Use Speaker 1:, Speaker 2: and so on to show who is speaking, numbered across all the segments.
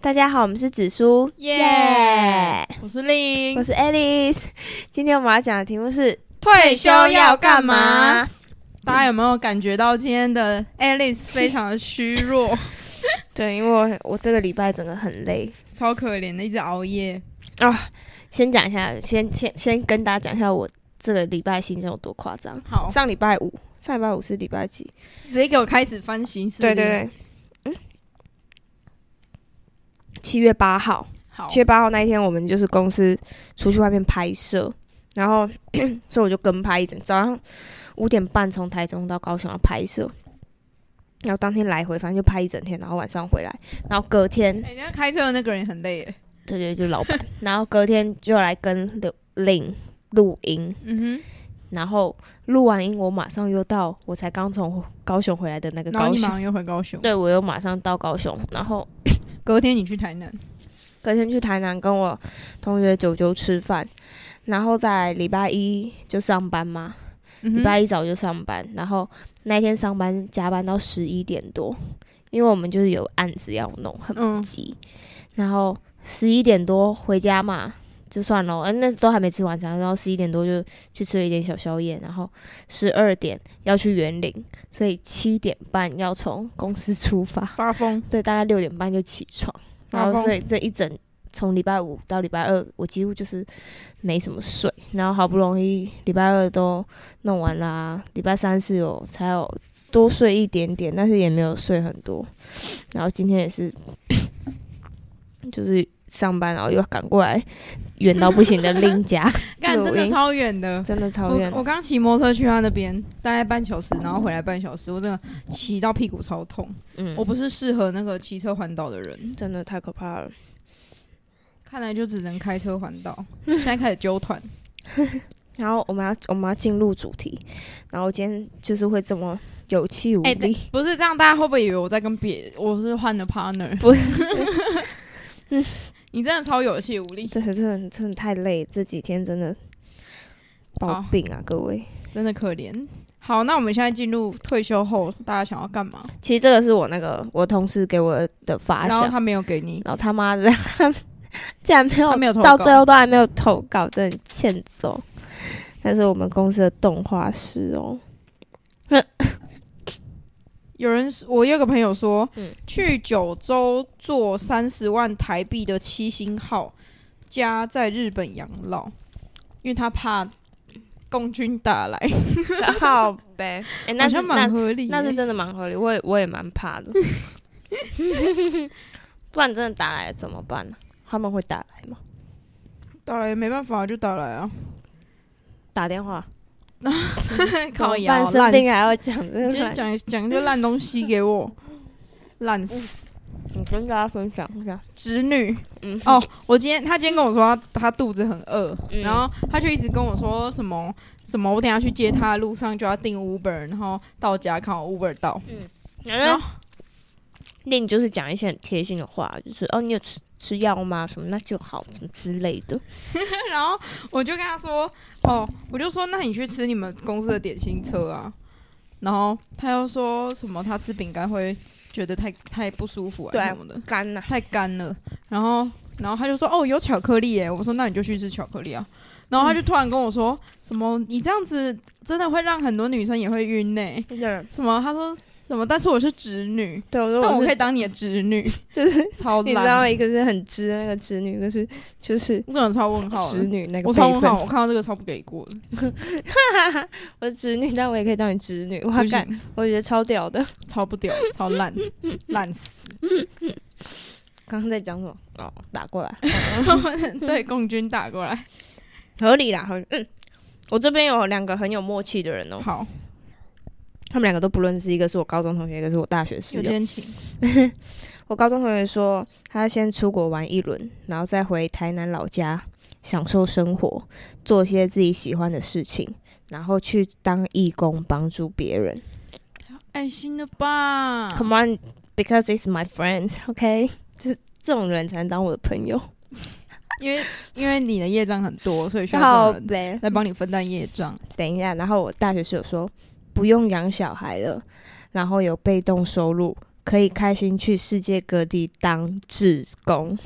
Speaker 1: 大家好，我们是紫苏，
Speaker 2: 耶我是令
Speaker 1: 我，是 Alice。今天我们要讲的题目是
Speaker 2: 退休要干嘛？？大家有没有感觉到今天的 Alice 非常的虚弱，
Speaker 1: 对，因为我我这个礼拜整个很累
Speaker 2: 超可怜的，一直熬夜。
Speaker 1: 啊、先讲一下，先先先跟大家讲一下我这个礼拜行程有多夸张。
Speaker 2: 好，
Speaker 1: 上礼拜五，上礼拜五是礼拜几？
Speaker 2: 直接给我开始翻行事
Speaker 1: 对
Speaker 2: 历。
Speaker 1: 对对，嗯，七月八号。
Speaker 2: 好
Speaker 1: 七，月八号那一天，我们就是公司出去外面拍摄，然 后所以我就跟拍一整早上五点半从台中到高雄要拍摄，然后当天来回反正就拍一整天，然后晚上回来，然后隔天
Speaker 2: 哎，人家开车的那个人也很累耶。
Speaker 1: 对对就老板，然后隔天就来跟刘令录音，
Speaker 2: 嗯
Speaker 1: 然后录完音我马上又到我才刚从高雄回来的那个
Speaker 2: 哼，然后
Speaker 1: 高
Speaker 2: 你马
Speaker 1: 雄，
Speaker 2: 上又回高雄，
Speaker 1: 对我又马上到高雄，然后
Speaker 2: 隔天你去台南。
Speaker 1: 隔天去台南跟我同学九九吃饭，然后在礼拜一就上班嘛，
Speaker 2: 嗯
Speaker 1: 礼、
Speaker 2: 哼
Speaker 1: 拜一早就上班，然后那一天上班加班到十一点多，因为我们就是有案子要弄，很
Speaker 2: 嗯
Speaker 1: 急，然后十一点多回家嘛。就算了，嗯、那都还没吃晚餐，然后十一点多就去吃了一点小宵夜，然后十二点要去园林，所以七点半要从公司出发。
Speaker 2: 发疯，
Speaker 1: 对，大概六点半就起床，然
Speaker 2: 老
Speaker 1: 后
Speaker 2: 公
Speaker 1: 所以这一整从礼拜五到礼拜二，我几乎就是没什么睡，然后好不容易礼拜二都弄完啦，礼拜三是有才有多睡一点点，但是也没有睡很多，然后今天也是 就是上班，然后又赶过来远到不行的另家，
Speaker 2: 干真
Speaker 1: 录
Speaker 2: 的
Speaker 1: 音
Speaker 2: 超远 的。
Speaker 1: 真的超
Speaker 2: 我
Speaker 1: 远的
Speaker 2: 我刚骑摩托车去他那边，大概半小时，然后回来半小时，我真的骑到屁股超痛。
Speaker 1: 嗯
Speaker 2: 我，不是适合那个骑车环岛的人，
Speaker 1: 真的太可怕了。
Speaker 2: 看来就只能开车环 岛。现在开始纠团，
Speaker 1: 然后我们要我们要进入主题，然后今天就是会这么有气无
Speaker 2: 哎
Speaker 1: 力。
Speaker 2: 不是这样，大家会不会以为我在跟别我是换了 partner？
Speaker 1: 不
Speaker 2: 是， 你真的超有气无力，
Speaker 1: 对，真的真的太累，这几天真的抱
Speaker 2: 好
Speaker 1: 病啊，各位。
Speaker 2: 真的可怜。好，那我们现在进入退休后大家想要干嘛？
Speaker 1: 其实这个是我那个我同事给我的发
Speaker 2: 然
Speaker 1: 想，
Speaker 2: 后
Speaker 1: 然后
Speaker 2: 他没有给你，
Speaker 1: 他妈的，他竟然没有，
Speaker 2: 他没有投
Speaker 1: 到
Speaker 2: 稿
Speaker 1: 最后都还没有投稿，真的欠揍。但是我们公司的动画师哦，
Speaker 2: 有人是我有个朋友说，
Speaker 1: 嗯
Speaker 2: 去九州做三十万台币的七星号，家在日本养老，因为他怕共军打来，
Speaker 1: 好呗， 哎、那
Speaker 2: 好
Speaker 1: 是
Speaker 2: 像
Speaker 1: 那
Speaker 2: 蛮合理耶。
Speaker 1: 那是真的蛮合理，我也我也蛮怕 的，不然真的打来了怎么办呢、他们会打来吗？
Speaker 2: 打来也没办法，就打来啊，
Speaker 1: 打电话，
Speaker 2: 靠
Speaker 1: 怎么办生
Speaker 2: 啊
Speaker 1: 病还要讲这个
Speaker 2: 今 天
Speaker 1: 烂，
Speaker 2: 讲讲一堆烂东西给我，烂
Speaker 1: 嗯
Speaker 2: 死
Speaker 1: 你跟大家分享一下。
Speaker 2: 侄女。
Speaker 1: 嗯
Speaker 2: 哦，我今天他今天跟我说他他肚子很饿，
Speaker 1: 嗯
Speaker 2: 然后他就一直跟我说什么什么，我等一下去接他的路上就要订 Uber，然后到家看我 Uber 到。
Speaker 1: 嗯然后令就是讲一些很贴心的话，就是哦，你有吃吃药吗？什么那就好，什么之类的。
Speaker 2: 然后我就跟他说，哦，我就说那你去吃你们公司的点心车啊。然后他又说什么他吃饼干会觉得太太不舒服
Speaker 1: 对
Speaker 2: 啊
Speaker 1: 啊
Speaker 2: 什么的，
Speaker 1: 干呐、
Speaker 2: 太干了。然后然后他就说哦有巧克力耶，我说那你就去吃巧克力啊。然后他就突然跟我说、什么你这样子真的会让很多女生也会晕呢、
Speaker 1: 对啊
Speaker 2: 什么他说什么但是我是直女，
Speaker 1: 对，我说
Speaker 2: 但我
Speaker 1: 我
Speaker 2: 可以
Speaker 1: 是
Speaker 2: 当你的直女，
Speaker 1: 就是
Speaker 2: 超
Speaker 1: 你知道
Speaker 2: 烂，
Speaker 1: 一个是很直的那个直女，一个是就是
Speaker 2: 我真的超问号
Speaker 1: 直
Speaker 2: 的。
Speaker 1: 女那个
Speaker 2: 我超
Speaker 1: 辈
Speaker 2: 问
Speaker 1: 分
Speaker 2: 号，。我看到这个超不给过的，
Speaker 1: 我是直女，但我也可以当你直女，
Speaker 2: 不
Speaker 1: 哇
Speaker 2: 行
Speaker 1: 干，，我觉得超屌的。
Speaker 2: 超不屌，超 烂，烂死。
Speaker 1: 刚刚在讲什么？哦，打过来，
Speaker 2: 对，共军打过来。
Speaker 1: 合理啦，合理。嗯，我这边有两个很有默契的人哦，
Speaker 2: 好，
Speaker 1: 他们两个都不认识，一个是我高中同学，一个是我大学室
Speaker 2: 有
Speaker 1: 友。
Speaker 2: 奸情。
Speaker 1: 我高中同学说，他先出国玩一轮，然后再回台南老家享受生活，做一些自己喜欢的事情，然后去当义工帮助别人。
Speaker 2: 爱心哎的吧？
Speaker 1: Come on, because it's my friend, OK？就是这种人才能当我的朋友。
Speaker 2: 因为因为你的业障很多，所以需要这
Speaker 1: 好
Speaker 2: 种人
Speaker 1: 呗，
Speaker 2: 来帮你分担业障。
Speaker 1: 等一下，然后我大学室友说不用养小孩了，然后有被动收入，可以开心去世界各地当志工。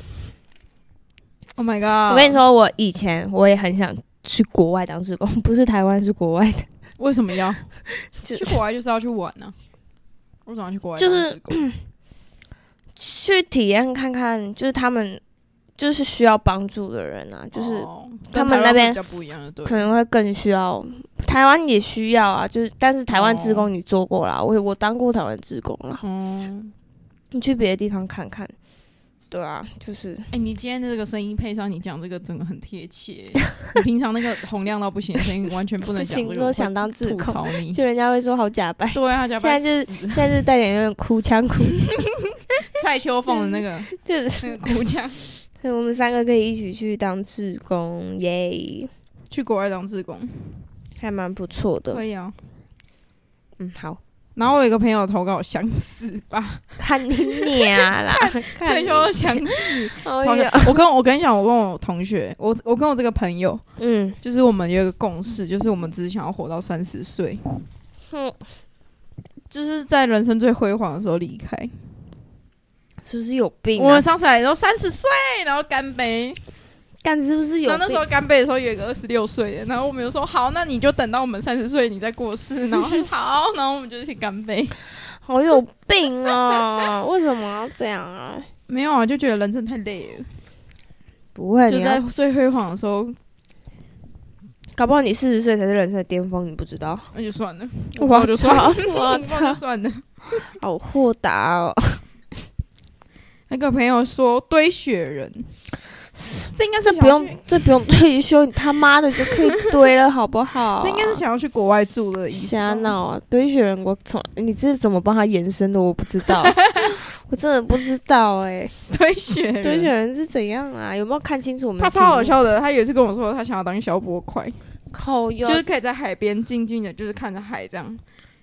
Speaker 2: Oh my god！
Speaker 1: 我跟你，说，我以前我也很想去国外当志工，不是台湾，是国外的。
Speaker 2: 为什么要
Speaker 1: 就
Speaker 2: 去国外就是要去玩呢、为什么要去国外当
Speaker 1: 就
Speaker 2: 志
Speaker 1: 是嗯
Speaker 2: 工？
Speaker 1: 去体验看看，就是他们就是需要帮助的人啊，就是
Speaker 2: 哦
Speaker 1: 他
Speaker 2: 跟
Speaker 1: 们
Speaker 2: 台湾
Speaker 1: 那边
Speaker 2: 会比较不一样的，对
Speaker 1: 可能会更需要。啊台湾也需要啊，就是但是台湾志
Speaker 2: 哦
Speaker 1: 工你做过啦，我我当过台湾志工啦，
Speaker 2: 嗯，
Speaker 1: 你去别的地方看看。对啊，就是
Speaker 2: 哎、你今天的这个声音配上你讲这个，真的很贴切。你平常那个洪亮到不行的声音，完全不
Speaker 1: 不
Speaker 2: 能讲
Speaker 1: 行，
Speaker 2: 这个，
Speaker 1: 说
Speaker 2: 我
Speaker 1: 想
Speaker 2: 会
Speaker 1: 当志
Speaker 2: 吐
Speaker 1: 工，
Speaker 2: 槽你。
Speaker 1: 就人家会说好假掰。
Speaker 2: 对啊，加
Speaker 1: 现在
Speaker 2: 班
Speaker 1: 就是现在 就是带点有点哭腔哭腔，
Speaker 2: 蔡秋凤的那个
Speaker 1: 就
Speaker 2: 那
Speaker 1: 是
Speaker 2: 个哭腔，
Speaker 1: 所以我们三个可以一起去当志工，耶，
Speaker 2: 去国外当志工
Speaker 1: 还蛮不错
Speaker 2: 可
Speaker 1: 的。
Speaker 2: 以啊。
Speaker 1: 嗯，好，
Speaker 2: 然后我有一个朋友投稿想死吧，
Speaker 1: 看你俩啦， 看
Speaker 2: 退
Speaker 1: 你
Speaker 2: 休想死。
Speaker 1: 哎呀，
Speaker 2: 我跟我跟你讲，我跟我同学，我我跟我这个朋友，
Speaker 1: 嗯
Speaker 2: 就是我们有一个共识，就是我们只是想要活到三十岁，
Speaker 1: 哼，
Speaker 2: 就是在人生最辉煌的时候离开。
Speaker 1: 是不是有病啊？
Speaker 2: 我们上次来的时候三十岁，然后干杯。
Speaker 1: 干是不是有
Speaker 2: 然后
Speaker 1: 病？
Speaker 2: 那时候干杯的时候有一个二十六岁的，然后我们就说好，那你就等到我们三十岁你再 过世，然后他就好，然后我们就去干杯。
Speaker 1: 好有病啊！ 为什么要这样啊？
Speaker 2: 没有啊，就觉得人生太累了，
Speaker 1: 不会，
Speaker 2: 就
Speaker 1: 你
Speaker 2: 在
Speaker 1: 要
Speaker 2: 最辉煌的时候
Speaker 1: 搞不好你四十岁才是人生的巅峰，你不知道。
Speaker 2: 那就算了，
Speaker 1: 我
Speaker 2: 我不知道就算了，
Speaker 1: 操我
Speaker 2: 我
Speaker 1: 操
Speaker 2: 操，算了。
Speaker 1: 好豁达哦！
Speaker 2: 那个朋友说堆雪人，这应该是
Speaker 1: 这不用，这不用退休，你他妈的就可以堆了，好不好？
Speaker 2: 这应该是想要去国外住的意思
Speaker 1: 哦
Speaker 2: 吧。
Speaker 1: 瞎闹啊！堆雪人，我从你这是怎么帮他延伸的？我不知 道，我真的不知道哎、
Speaker 2: 堆雪人，
Speaker 1: 堆雪人是怎样啊？有没有看清楚我们？
Speaker 2: 嗯他超好，笑的，他有一次跟我说，他想要当消波块，
Speaker 1: 靠腰
Speaker 2: 就是可以在海边静静的，就是看着海这样。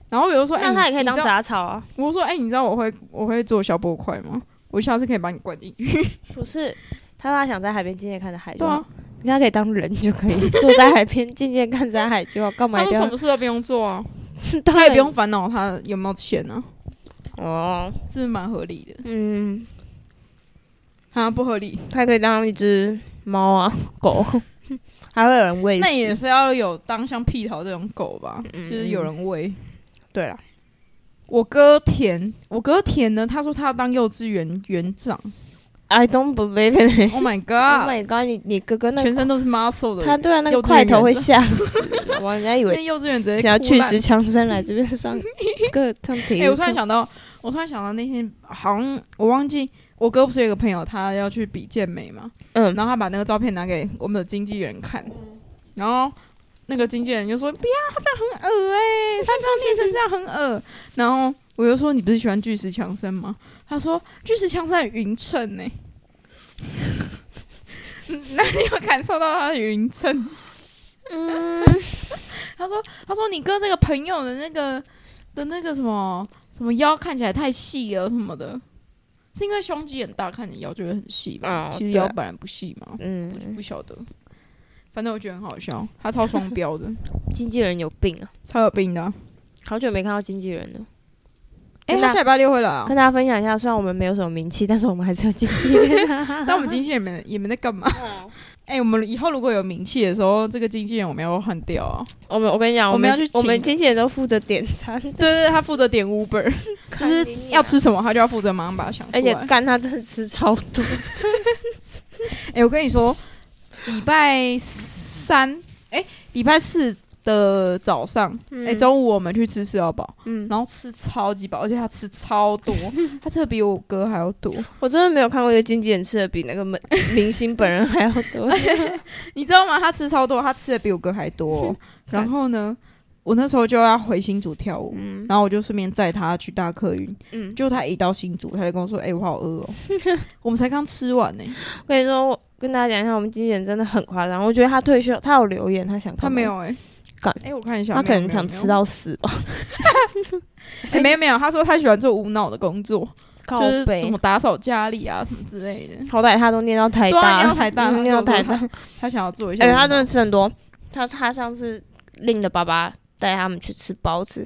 Speaker 2: 然后我就说，哎、
Speaker 1: 那他也可以当
Speaker 2: 你知道
Speaker 1: 杂草啊？
Speaker 2: 我说，哎、你知道我会我会做消波块吗？我下次可以把你灌进去。
Speaker 1: 不是，他说他想在海边静静看着海，
Speaker 2: 对啊，，
Speaker 1: 你看他可以当人就可以坐在海边静静看着海，就要干嘛
Speaker 2: 他
Speaker 1: 一定
Speaker 2: 说什
Speaker 1: 要？
Speaker 2: 么事都不用做啊，
Speaker 1: 当
Speaker 2: 他
Speaker 1: 然
Speaker 2: 也不用烦恼他有没有钱啊，
Speaker 1: 哦，
Speaker 2: 这蛮合理的。
Speaker 1: 嗯，
Speaker 2: 啊，不合理，
Speaker 1: 他可以当一只猫啊狗， 还会有人喂食。
Speaker 2: 那也是要有当像屁桃这种狗吧，就是有人喂。
Speaker 1: 嗯对了，
Speaker 2: 我哥田，我哥田呢，他说他要当幼稚园园长。
Speaker 1: I don't believe it.
Speaker 2: Oh my
Speaker 1: Oh
Speaker 2: god！
Speaker 1: my god！你你哥哥那
Speaker 2: 全身都是 muscle 的，
Speaker 1: 他对啊，那个
Speaker 2: 幼稚
Speaker 1: 块
Speaker 2: 园
Speaker 1: 头会
Speaker 2: 园长
Speaker 1: 吓 死，我人家以
Speaker 2: 那
Speaker 1: 为
Speaker 2: 幼稚园直接
Speaker 1: 想要
Speaker 2: 哭
Speaker 1: 巨
Speaker 2: 烂
Speaker 1: 石强森来这边上个上体
Speaker 2: 哎、
Speaker 1: 育
Speaker 2: 我突然
Speaker 1: 课。
Speaker 2: 想到，我突然想到那天好像我忘记，我哥不是有一个朋友，他要去比健美嘛，
Speaker 1: 嗯，
Speaker 2: 然后他把那个照片拿给我们的经纪人看，然后那个经纪人就说：“不要，他这样很恶哎、 他这样练成这样很恶。”然后我就说：“你不是喜欢巨石强森吗？”他说：“巨石强森很匀称呢。” 那你有感受到他的匀称？
Speaker 1: 嗯，
Speaker 2: 他说：“他说你哥这个朋友的那个的那个什么什么腰看起来太细了什么的，是因为胸肌很大，看你腰就会很细
Speaker 1: 哦
Speaker 2: 吧？其实
Speaker 1: 对啊
Speaker 2: 腰本来不细嘛，
Speaker 1: 嗯，
Speaker 2: 不晓得。反正我觉得很好笑，他超双标的，
Speaker 1: 经纪人有病啊！
Speaker 2: 超有病的啊、
Speaker 1: 好久没看到经纪人了。
Speaker 2: 哎、
Speaker 1: 跟大
Speaker 2: 他下礼拜六会来啊。
Speaker 1: 跟？大家分享一下，虽然我们没有什么名气，但是我们还是有经纪人、啊
Speaker 2: 但我们经纪人也没也没在干嘛。 哎、我们以后如果有名气的时候，这个经纪人我们要换掉啊。
Speaker 1: 我们我跟你讲，
Speaker 2: 我们要去请
Speaker 1: 我们经纪人都负责点 餐，
Speaker 2: 对对对，他负责点 Uber，就是
Speaker 1: 看你
Speaker 2: 要
Speaker 1: 啊，
Speaker 2: 吃什么他就要负责马上把它想出
Speaker 1: 而且
Speaker 2: 来。
Speaker 1: 干他真的吃超多。
Speaker 2: 哎、我跟你说，礼拜三，哎、礼拜四的早上，哎、
Speaker 1: 嗯
Speaker 2: 中午我们去吃吃到饱，
Speaker 1: 嗯，
Speaker 2: 然后吃超级饱，而且他吃超 多，他吃的比我哥还要多。
Speaker 1: 我真的没有看过一个经纪人吃的比那个明明星本人还要 多。
Speaker 2: 你知道吗？他吃超多，他吃的比我哥还 多哦、然后呢，我那时候就要回新竹跳舞，
Speaker 1: 嗯
Speaker 2: 然后我就顺便载他去大客运，
Speaker 1: 嗯，
Speaker 2: 就他一到新竹，他就跟我说：“哎、我好 饿哦、我们才刚吃完呢、
Speaker 1: 我跟你说，我跟大家讲一下，我们经纪人真的很夸张。我觉得他退休，他有留言，他想
Speaker 2: 他
Speaker 1: 干嘛
Speaker 2: 没，有哎、
Speaker 1: 干
Speaker 2: 哎、我看一下，
Speaker 1: 他
Speaker 2: 没
Speaker 1: 可
Speaker 2: 有
Speaker 1: 能
Speaker 2: 没有
Speaker 1: 想
Speaker 2: 没有
Speaker 1: 吃到死吧。
Speaker 2: 哎、没有没有，他说他喜欢做无脑的工作，
Speaker 1: 靠
Speaker 2: 就是怎
Speaker 1: 背
Speaker 2: 么，打扫家里啊什么之类的。
Speaker 1: 好歹他都念到台
Speaker 2: 对啊
Speaker 1: 大，
Speaker 2: 念到台大啊
Speaker 1: 嗯念到台
Speaker 2: 他
Speaker 1: 大
Speaker 2: 跟我说。他想要做一些
Speaker 1: 哎，
Speaker 2: 无脑，
Speaker 1: 他真的吃很多，他他上次令了爸爸带他们去吃包子，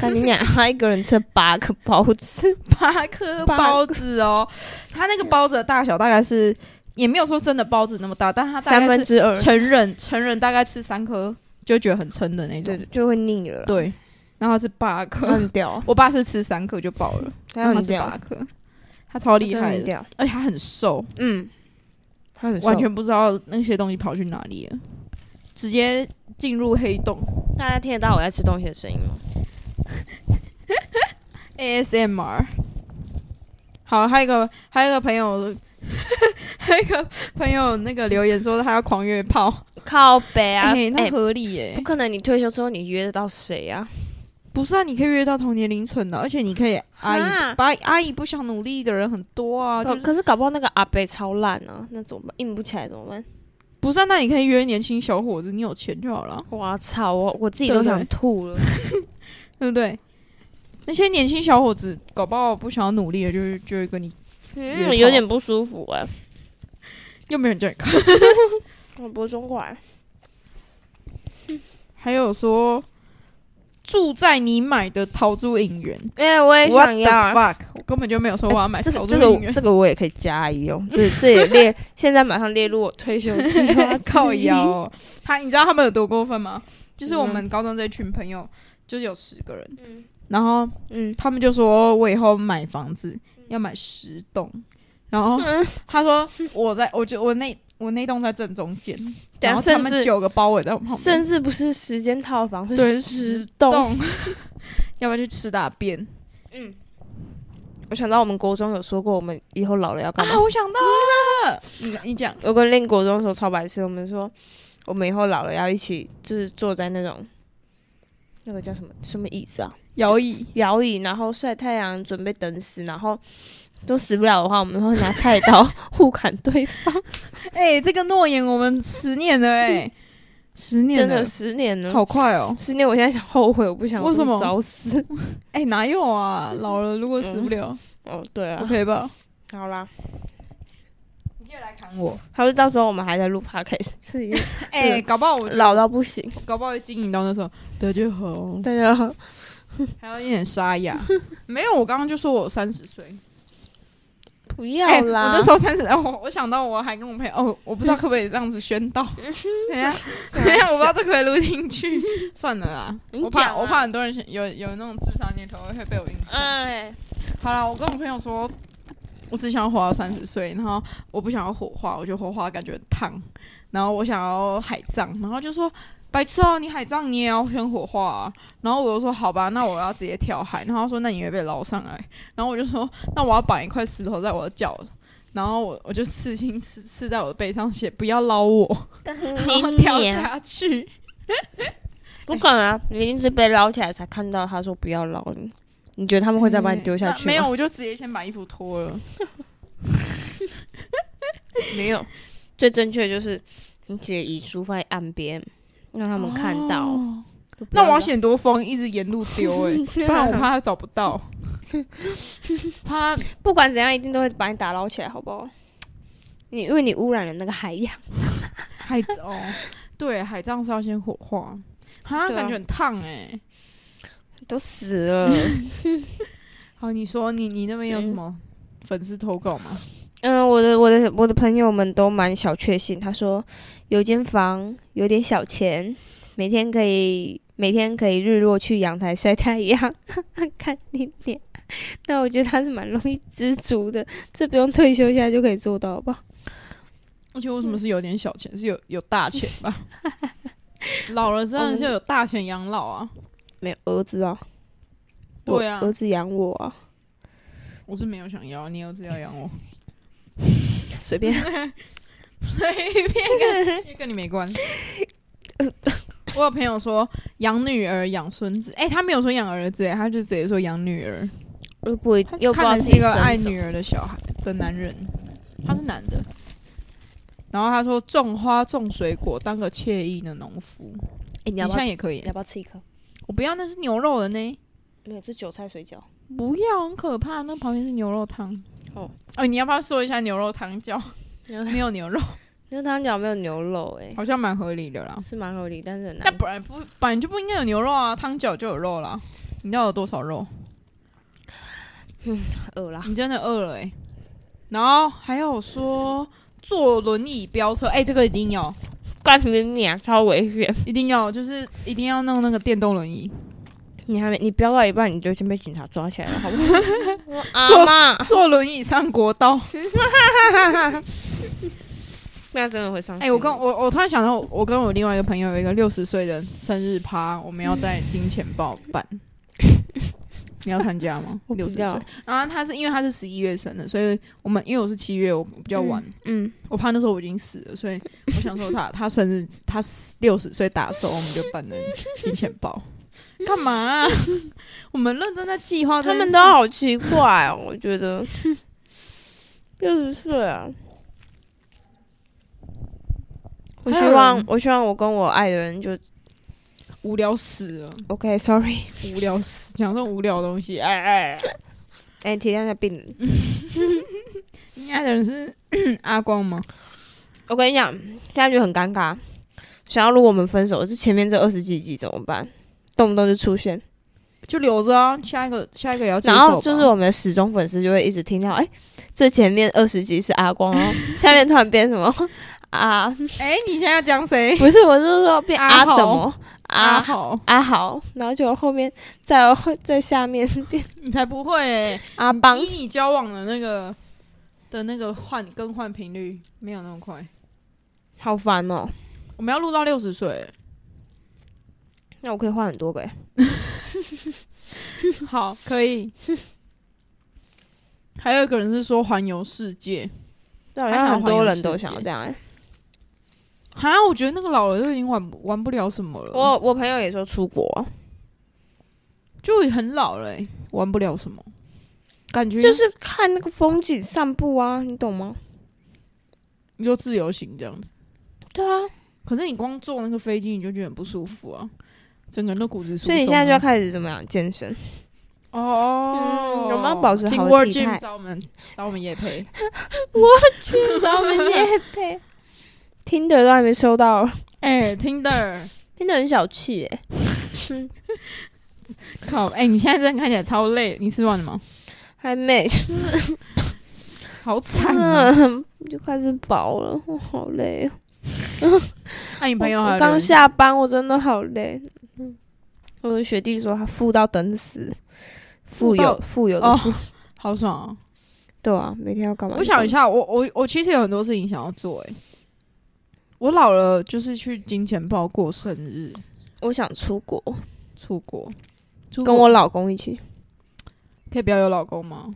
Speaker 1: 看你俩 他一个人吃了八个包子，
Speaker 2: 八颗包子哦，它那个包子的大小大概是也没有说真的包子那么大，但它大
Speaker 1: 三
Speaker 2: 概
Speaker 1: 分
Speaker 2: 是
Speaker 1: 之二，
Speaker 2: 成人成人大概吃三颗就觉得很撑的那种
Speaker 1: 对，，就会腻了啦，
Speaker 2: 对，然后是八 颗，
Speaker 1: 很屌，
Speaker 2: 我爸是吃三颗就饱了，
Speaker 1: 他
Speaker 2: 然后
Speaker 1: 很
Speaker 2: 是八
Speaker 1: 屌，
Speaker 2: 颗，他超厉
Speaker 1: 真的
Speaker 2: 害
Speaker 1: 很
Speaker 2: 的，
Speaker 1: 屌，
Speaker 2: 而且他很瘦，
Speaker 1: 嗯，他很瘦
Speaker 2: 完全不知道那些东西跑去哪里了，直接进入黑洞
Speaker 1: 大家听得到我在吃东西的声音吗？
Speaker 2: ASMR。好，还有一个还有一个朋友， 还有一个朋友那个留言说他要狂约炮，
Speaker 1: 靠北啊，
Speaker 2: 哎、
Speaker 1: 哎、
Speaker 2: 那合理耶、
Speaker 1: 不可能，你退休之后你约得到谁啊？
Speaker 2: 不是啊，你可以约到同年龄层的，而且你可以阿
Speaker 1: 啊
Speaker 2: 姨把阿姨不想努力的人很多啊，就
Speaker 1: 哦
Speaker 2: 是
Speaker 1: 可是搞不好那个阿伯超烂啊，那怎么办？硬不起来怎么办？
Speaker 2: 不是、啊，那你可以约年轻小伙子，你有钱就好了，
Speaker 1: 哇操！我我自己
Speaker 2: 对
Speaker 1: 都
Speaker 2: 不对
Speaker 1: 想吐了。
Speaker 2: 对不对？那些年轻小伙子搞不好不想要努力的，就是就会跟你，约炮
Speaker 1: 嗯，有点不舒服哎、
Speaker 2: 又没有人叫你看。
Speaker 1: 我不是中国人，
Speaker 2: 还有说住在你买的桃珠影园
Speaker 1: 哎、我也
Speaker 2: ，What
Speaker 1: 想
Speaker 2: the
Speaker 1: 要啊。哎
Speaker 2: fuck？我根本就没有说我要买
Speaker 1: 这
Speaker 2: 桃
Speaker 1: 个
Speaker 2: 珠
Speaker 1: 这
Speaker 2: 影
Speaker 1: 个
Speaker 2: 园，。
Speaker 1: 这个我也可以加一哦，这这也列现在马上列入我退休计划
Speaker 2: 靠腰
Speaker 1: 腰，
Speaker 2: 哦。他，你知道他们有多过分吗？就是我
Speaker 1: 嗯
Speaker 2: 们高中这群朋友，就是有十个人，
Speaker 1: 嗯
Speaker 2: 然后
Speaker 1: 嗯，
Speaker 2: 他们就说我以后买房子要买十栋，然 后他说我在我就我那我那栋在正中间，
Speaker 1: 等
Speaker 2: 然
Speaker 1: 下
Speaker 2: 后他
Speaker 1: 甚
Speaker 2: 们
Speaker 1: 至
Speaker 2: 九个包围在我旁边
Speaker 1: 甚，至不是十间套房，
Speaker 2: 对
Speaker 1: 是
Speaker 2: 十
Speaker 1: 十栋。
Speaker 2: 栋， 要不要去吃大便
Speaker 1: 我想到我们国中有说过，我们以后老了要
Speaker 2: 啊
Speaker 1: 干嘛？？
Speaker 2: 我想到了， 你你讲
Speaker 1: 我跟另国中的时候超白痴，我们说我们以后老了要一起，就是坐在那种那个叫什么什么椅子啊，
Speaker 2: 摇椅，
Speaker 1: 摇椅，然后晒太阳，准备等死，然后都死不了的话，我们会拿菜刀互砍对方。
Speaker 2: 哎、这个诺言我们十年了哎、十 年
Speaker 1: 真的
Speaker 2: 了，
Speaker 1: 十年了，
Speaker 2: 好快哦！
Speaker 1: 十年，我现在想后悔，我不想
Speaker 2: 为什么
Speaker 1: 这早死。
Speaker 2: 哎、哪有啊？老了如果死不了、
Speaker 1: 哦，对啊
Speaker 2: o，k 吧？
Speaker 1: 好啦，
Speaker 2: 嗯你接着来砍我。
Speaker 1: 还会到时候我们还在录 podcast，是已经
Speaker 2: 哎、搞不好我
Speaker 1: 老到不行，啊
Speaker 2: 搞不好会经营到那时候，对就好，
Speaker 1: 大家好
Speaker 2: 还有一点 沙哑。没有，我刚刚就说我三十岁。哎
Speaker 1: 不要
Speaker 2: 我
Speaker 1: 啦。
Speaker 2: 那时候三十，哦我我想到我还跟我朋友，哦，我不知道可不可以这样子宣 导。等一下，
Speaker 1: 啊
Speaker 2: 等一下，我不知道这可不可以录进去，算了啦，
Speaker 1: 你
Speaker 2: 我怕
Speaker 1: 讲啊
Speaker 2: 我怕很多人有有那种智商念头会被我影响。
Speaker 1: 哎，
Speaker 2: 好啦，我跟我朋友说，我只想要活到三十岁，然后我不想要火化，我觉得火化感觉很烫，然后我想要海葬，然后就说白痴哦、你海葬你也要先火化啊。然后我就说好吧，那我要直接跳海。然后他说那你会被捞上来。然后我就说那我要绑一块石头在我的脚，然后我我就刺青刺刺在我的背上写不要捞 我， 然后
Speaker 1: 你
Speaker 2: 跳
Speaker 1: 娘
Speaker 2: 下 去。
Speaker 1: 不可能啊，你一定是被捞起来才看到他说不要捞你。你觉得他们会再把你丢下去
Speaker 2: 那
Speaker 1: 吗？
Speaker 2: 嗯没有，，我就直接先把衣服脱了。
Speaker 1: 没有。最正确的就是你写遗书放在岸边，让他们看到。
Speaker 2: 哦
Speaker 1: 就不
Speaker 2: 那
Speaker 1: 要
Speaker 2: 我要
Speaker 1: 让
Speaker 2: 嫌多风一直沿路丢哎、 不然我怕他找不 到，怕他
Speaker 1: 不管怎样，一定都会把你打捞起来，好不好？你因为你污染了那个海洋，
Speaker 2: 海哦，对，海葬是要先火化，哈，
Speaker 1: 对啊
Speaker 2: 感觉很烫哎、
Speaker 1: 都死了。
Speaker 2: 好，你说你你那边有什么粉丝投稿吗？
Speaker 1: 嗯，我的我的我的朋友们都蛮小确幸，他说有间房，有点小钱，每天可以每天可以日落去阳台晒太阳， 看你脸。那我觉得他是蛮容易知足的，这不用退休现在就可以做到吧？
Speaker 2: 而且为什么是有点小钱，是有有大钱吧？ 老了真的是有大钱养老啊，
Speaker 1: 没有儿子啊，我
Speaker 2: 对啊
Speaker 1: 儿子养我啊，
Speaker 2: 我是没有想要，你有只要养 我，
Speaker 1: 随 便。
Speaker 2: 随便跟也跟你没关 系。我有朋友说养女儿养孙子，哎、他没有说养儿子、哎，他就直接说养女儿。
Speaker 1: 又不
Speaker 2: 他
Speaker 1: 又不知
Speaker 2: 看
Speaker 1: 道
Speaker 2: 的
Speaker 1: 自
Speaker 2: 是
Speaker 1: 己
Speaker 2: 一个
Speaker 1: 生
Speaker 2: 爱
Speaker 1: 什么嗯
Speaker 2: 女儿的小孩的男人，他是男的。然后他说种花种水果，当个惬意的农夫，
Speaker 1: 哎你
Speaker 2: 你
Speaker 1: 要不要
Speaker 2: 现在
Speaker 1: 你
Speaker 2: 也可以
Speaker 1: 要。不要吃一颗？
Speaker 2: 我不要，那是牛肉的呢，
Speaker 1: 没有，这韭菜水
Speaker 2: 哦
Speaker 1: 饺。
Speaker 2: 不要，很可怕。那旁边是牛肉汤。
Speaker 1: 哦
Speaker 2: 哦，你要不要说一下牛肉汤叫？
Speaker 1: 牛肉
Speaker 2: 没有牛肉，
Speaker 1: 因为汤饺没有牛肉、欸，
Speaker 2: 好像蛮合理的啦。
Speaker 1: 是蛮合理，但 是很
Speaker 2: 那
Speaker 1: 难。
Speaker 2: 本来不本来就不应该有牛肉啊，汤饺就有肉啦。你知道有多少肉？
Speaker 1: 饿啦，
Speaker 2: 你真的饿了哎、然后还有说坐轮椅飙车，哎、这个一定要，
Speaker 1: 干你娘，超危险！
Speaker 2: 一定要，就是一定要弄那个电动轮椅。
Speaker 1: 你还没，你飙到一半你就已经被警察抓起来了，好不好？ 我
Speaker 2: 做
Speaker 1: 阿妈，
Speaker 2: 坐轮椅上国道。
Speaker 1: 那真的会上。
Speaker 2: 哎、我跟我我突然想到，我跟我另外一个朋友有一个六十岁的生日趴，我们要在
Speaker 1: 嗯
Speaker 2: 金钱豹办。 你要参加吗？
Speaker 1: 我不
Speaker 2: 六十岁
Speaker 1: 要，
Speaker 2: 然后他是因为他是十一月生的，所以我们因为我是七月，我比较晚，
Speaker 1: 嗯，
Speaker 2: 我怕那时候我已经死了，所以我想说 他他生日他六十岁打手，我们就办了金钱 豹。干嘛啊、 我们认真在计划这
Speaker 1: 他
Speaker 2: 件
Speaker 1: 们
Speaker 2: 事，
Speaker 1: 都好奇怪哦，我觉 得六十岁啊。我
Speaker 2: 还有
Speaker 1: 希望
Speaker 2: 人，
Speaker 1: 我希望我跟我爱的人就
Speaker 2: 无聊死了，
Speaker 1: OK，Sorry，、
Speaker 2: 无聊死，讲这种无聊的东西，哎哎，哎
Speaker 1: 哎、体谅一下病人。
Speaker 2: 你爱的人是 阿光吗？
Speaker 1: 我跟你讲，现在就很尴尬。想要如果我们分手，这前面这二十几集怎么办？动不动就出现，
Speaker 2: 就留着啊，下一个下一个也要接受
Speaker 1: 然
Speaker 2: 吧。
Speaker 1: 后就是我们的始终粉丝就会一直听到，哎、这前面二十集是阿光， 然后下面突然变什么啊？
Speaker 2: 哎、你现在要讲谁？ 啊
Speaker 1: 不是，我是说变
Speaker 2: 阿
Speaker 1: 阿
Speaker 2: 豪
Speaker 1: 什么
Speaker 2: 阿
Speaker 1: 阿
Speaker 2: 豪，
Speaker 1: 阿豪，然后就后面再在下面嗯变
Speaker 2: 你才不会、欸！
Speaker 1: 阿邦
Speaker 2: 以，你交往的那个的那个换更换频率没有那么快，
Speaker 1: 好烦哦。
Speaker 2: 我们要录到六十岁欸。
Speaker 1: 那我可以换很多个哎、
Speaker 2: 好，可以。 还有一个人是说环游世界，
Speaker 1: 那好
Speaker 2: 他想
Speaker 1: 像很
Speaker 2: 环游
Speaker 1: 多人
Speaker 2: 世
Speaker 1: 都
Speaker 2: 界
Speaker 1: 想要这样哎、
Speaker 2: 哈，我觉得那个老了就已经玩不玩不了什么了，
Speaker 1: 我我朋友也说出国，
Speaker 2: 就很老了欸、玩不了什么，感觉
Speaker 1: 就是看那个风景散步啊，你懂吗？
Speaker 2: 你就自由行这样子。
Speaker 1: 对啊，
Speaker 2: 可是你光坐那个飞机，你就觉得很不舒服啊，整个人都骨质疏松啊。
Speaker 1: 所以你现在就要开始怎么样健身？
Speaker 2: 哦，
Speaker 1: 嗯我们要保持好的
Speaker 2: Teamwork
Speaker 1: 体态
Speaker 2: Gym 找我们找我们也配，
Speaker 1: 专门夜配， 听的都还没收到，
Speaker 2: 哎、t i n d e r
Speaker 1: 听的很小气哎、
Speaker 2: 靠，哎、你现在真的看起来超累，你吃完了吗？
Speaker 1: 还没，
Speaker 2: 好惨啊！
Speaker 1: 嗯，就开始饱了，我好累哦。
Speaker 2: 那、你朋友
Speaker 1: 我
Speaker 2: 还有啊
Speaker 1: 我刚
Speaker 2: 人
Speaker 1: 下班，我真的好累。嗯，我的学弟说他富到等死，富
Speaker 2: 富到
Speaker 1: 有富有的
Speaker 2: 哦
Speaker 1: 富，
Speaker 2: 好爽啊！
Speaker 1: 对啊，每天要干嘛？
Speaker 2: 我想一，下，我我我其实有很多事情想要做、哎，我老了就是去金钱豹过生日，
Speaker 1: 我想出国，
Speaker 2: 出国，出国
Speaker 1: 跟我老公一起。
Speaker 2: 可以不要有老公吗？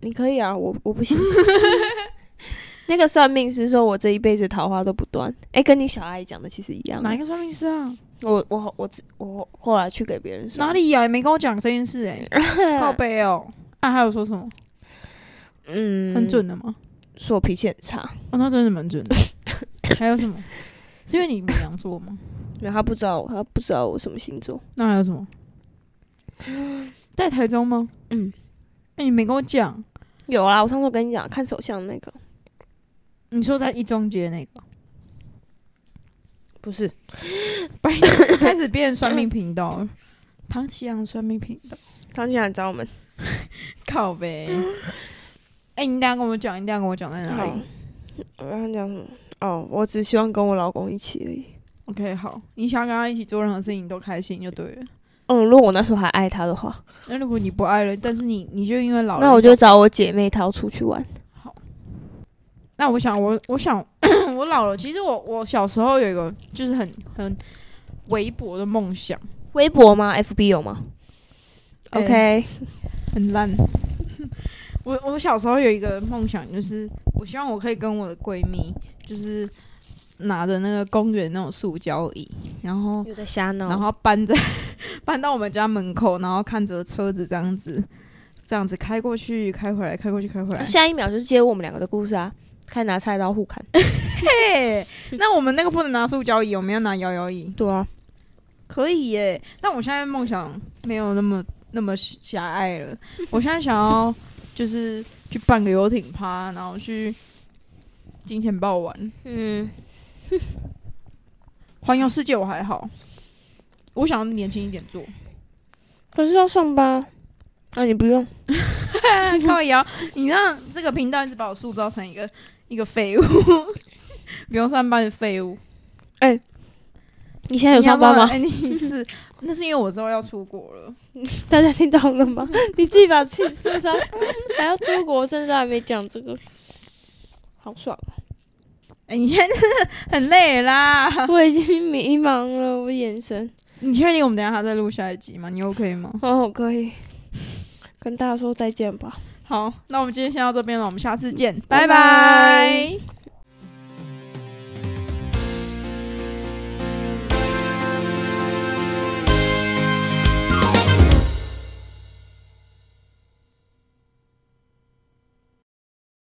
Speaker 1: 你可以啊，我我不行。 那个算命师说我这一辈子桃花都不断，哎、跟你小阿姨讲的其实一样。
Speaker 2: 哪一个算命师啊？
Speaker 1: 我我我我后来去给别人算
Speaker 2: 哪？里呀、也没跟我讲这件事、 哎，靠背哦、啊，还有说什么？
Speaker 1: 嗯，
Speaker 2: 很。准的吗？
Speaker 1: 说我脾气很差，
Speaker 2: 哦，那真的蛮 准的。还有什么？是因为你母羊座吗？
Speaker 1: 然后他不知道我他不知道我什么星座。
Speaker 2: 那还有什么？在台中吗？
Speaker 1: 嗯，
Speaker 2: 那、你没跟我讲。
Speaker 1: 有啊啦，我上次跟你讲看手相那个，
Speaker 2: 你说在一中街那 个，
Speaker 1: 不是
Speaker 2: 开始变算命频道了，唐奇阳算命频道，
Speaker 1: 唐竟然找我们。
Speaker 2: 靠呗。哎、你等一下跟我讲，你等一下跟我讲在哪
Speaker 1: 嗯好
Speaker 2: 里。，
Speaker 1: 我刚讲什么？哦，我只希望跟我老公一起而已。
Speaker 2: OK，好，你想要跟他一起做任何事情都开心就对了。
Speaker 1: 嗯，如果我那时候还爱他的话，
Speaker 2: 那如果你不爱了，但是你你就因为老了，
Speaker 1: 那我就找我姐妹淘出去玩。
Speaker 2: 那我想，我我想， 我老了。其实我我小时候有一个就是很很微薄的梦想，
Speaker 1: 微博吗？FB 有吗
Speaker 2: 哎
Speaker 1: ？OK，
Speaker 2: 很烂。 我我小时候有一个梦想，就是我希望我可以跟我的闺蜜，就是拿着那个公园那种塑胶椅，然后
Speaker 1: 又在瞎闹
Speaker 2: 然后搬在 搬到我们家门口，然后看着车子这样子这样子开过去，开回来，开过去，开回来。
Speaker 1: 下一秒就是接我们两个的故事啊，看拿菜刀互砍。
Speaker 2: 嘿，那我们那个不能拿塑胶椅，我们要拿摇摇椅。
Speaker 1: 对啊，
Speaker 2: 可以耶，但我现在梦想没有那么那么狭隘了。我现在想要就是去办个游艇趴，然后去金钱豹玩。
Speaker 1: 嗯，
Speaker 2: 环游世界我还好，我想要年轻一点 做。
Speaker 1: 可是要上班，啊那、你不用。
Speaker 2: 靠瑶，你让这个频道一直把我塑造成一个一个废物， 不用上班的废物。
Speaker 1: 你现在有上班
Speaker 2: 你
Speaker 1: 吗
Speaker 2: 要不？要哎、你是，那是因为我之后要出国了。
Speaker 1: 大家听到了吗？ 你自己把自己受伤，啊还要出国，甚至还没讲这个，好爽！啊
Speaker 2: 哎、你现在真的很累啦。
Speaker 1: 我已经迷茫了，我眼神。
Speaker 2: 你确定我们等一下还在录下一集吗？你 OK 吗？
Speaker 1: 哦，可以跟大家说再见吧。
Speaker 2: 好，那我们今天先到这边了，我们下次见，
Speaker 1: 嗯拜
Speaker 2: 拜
Speaker 1: 拜
Speaker 2: 拜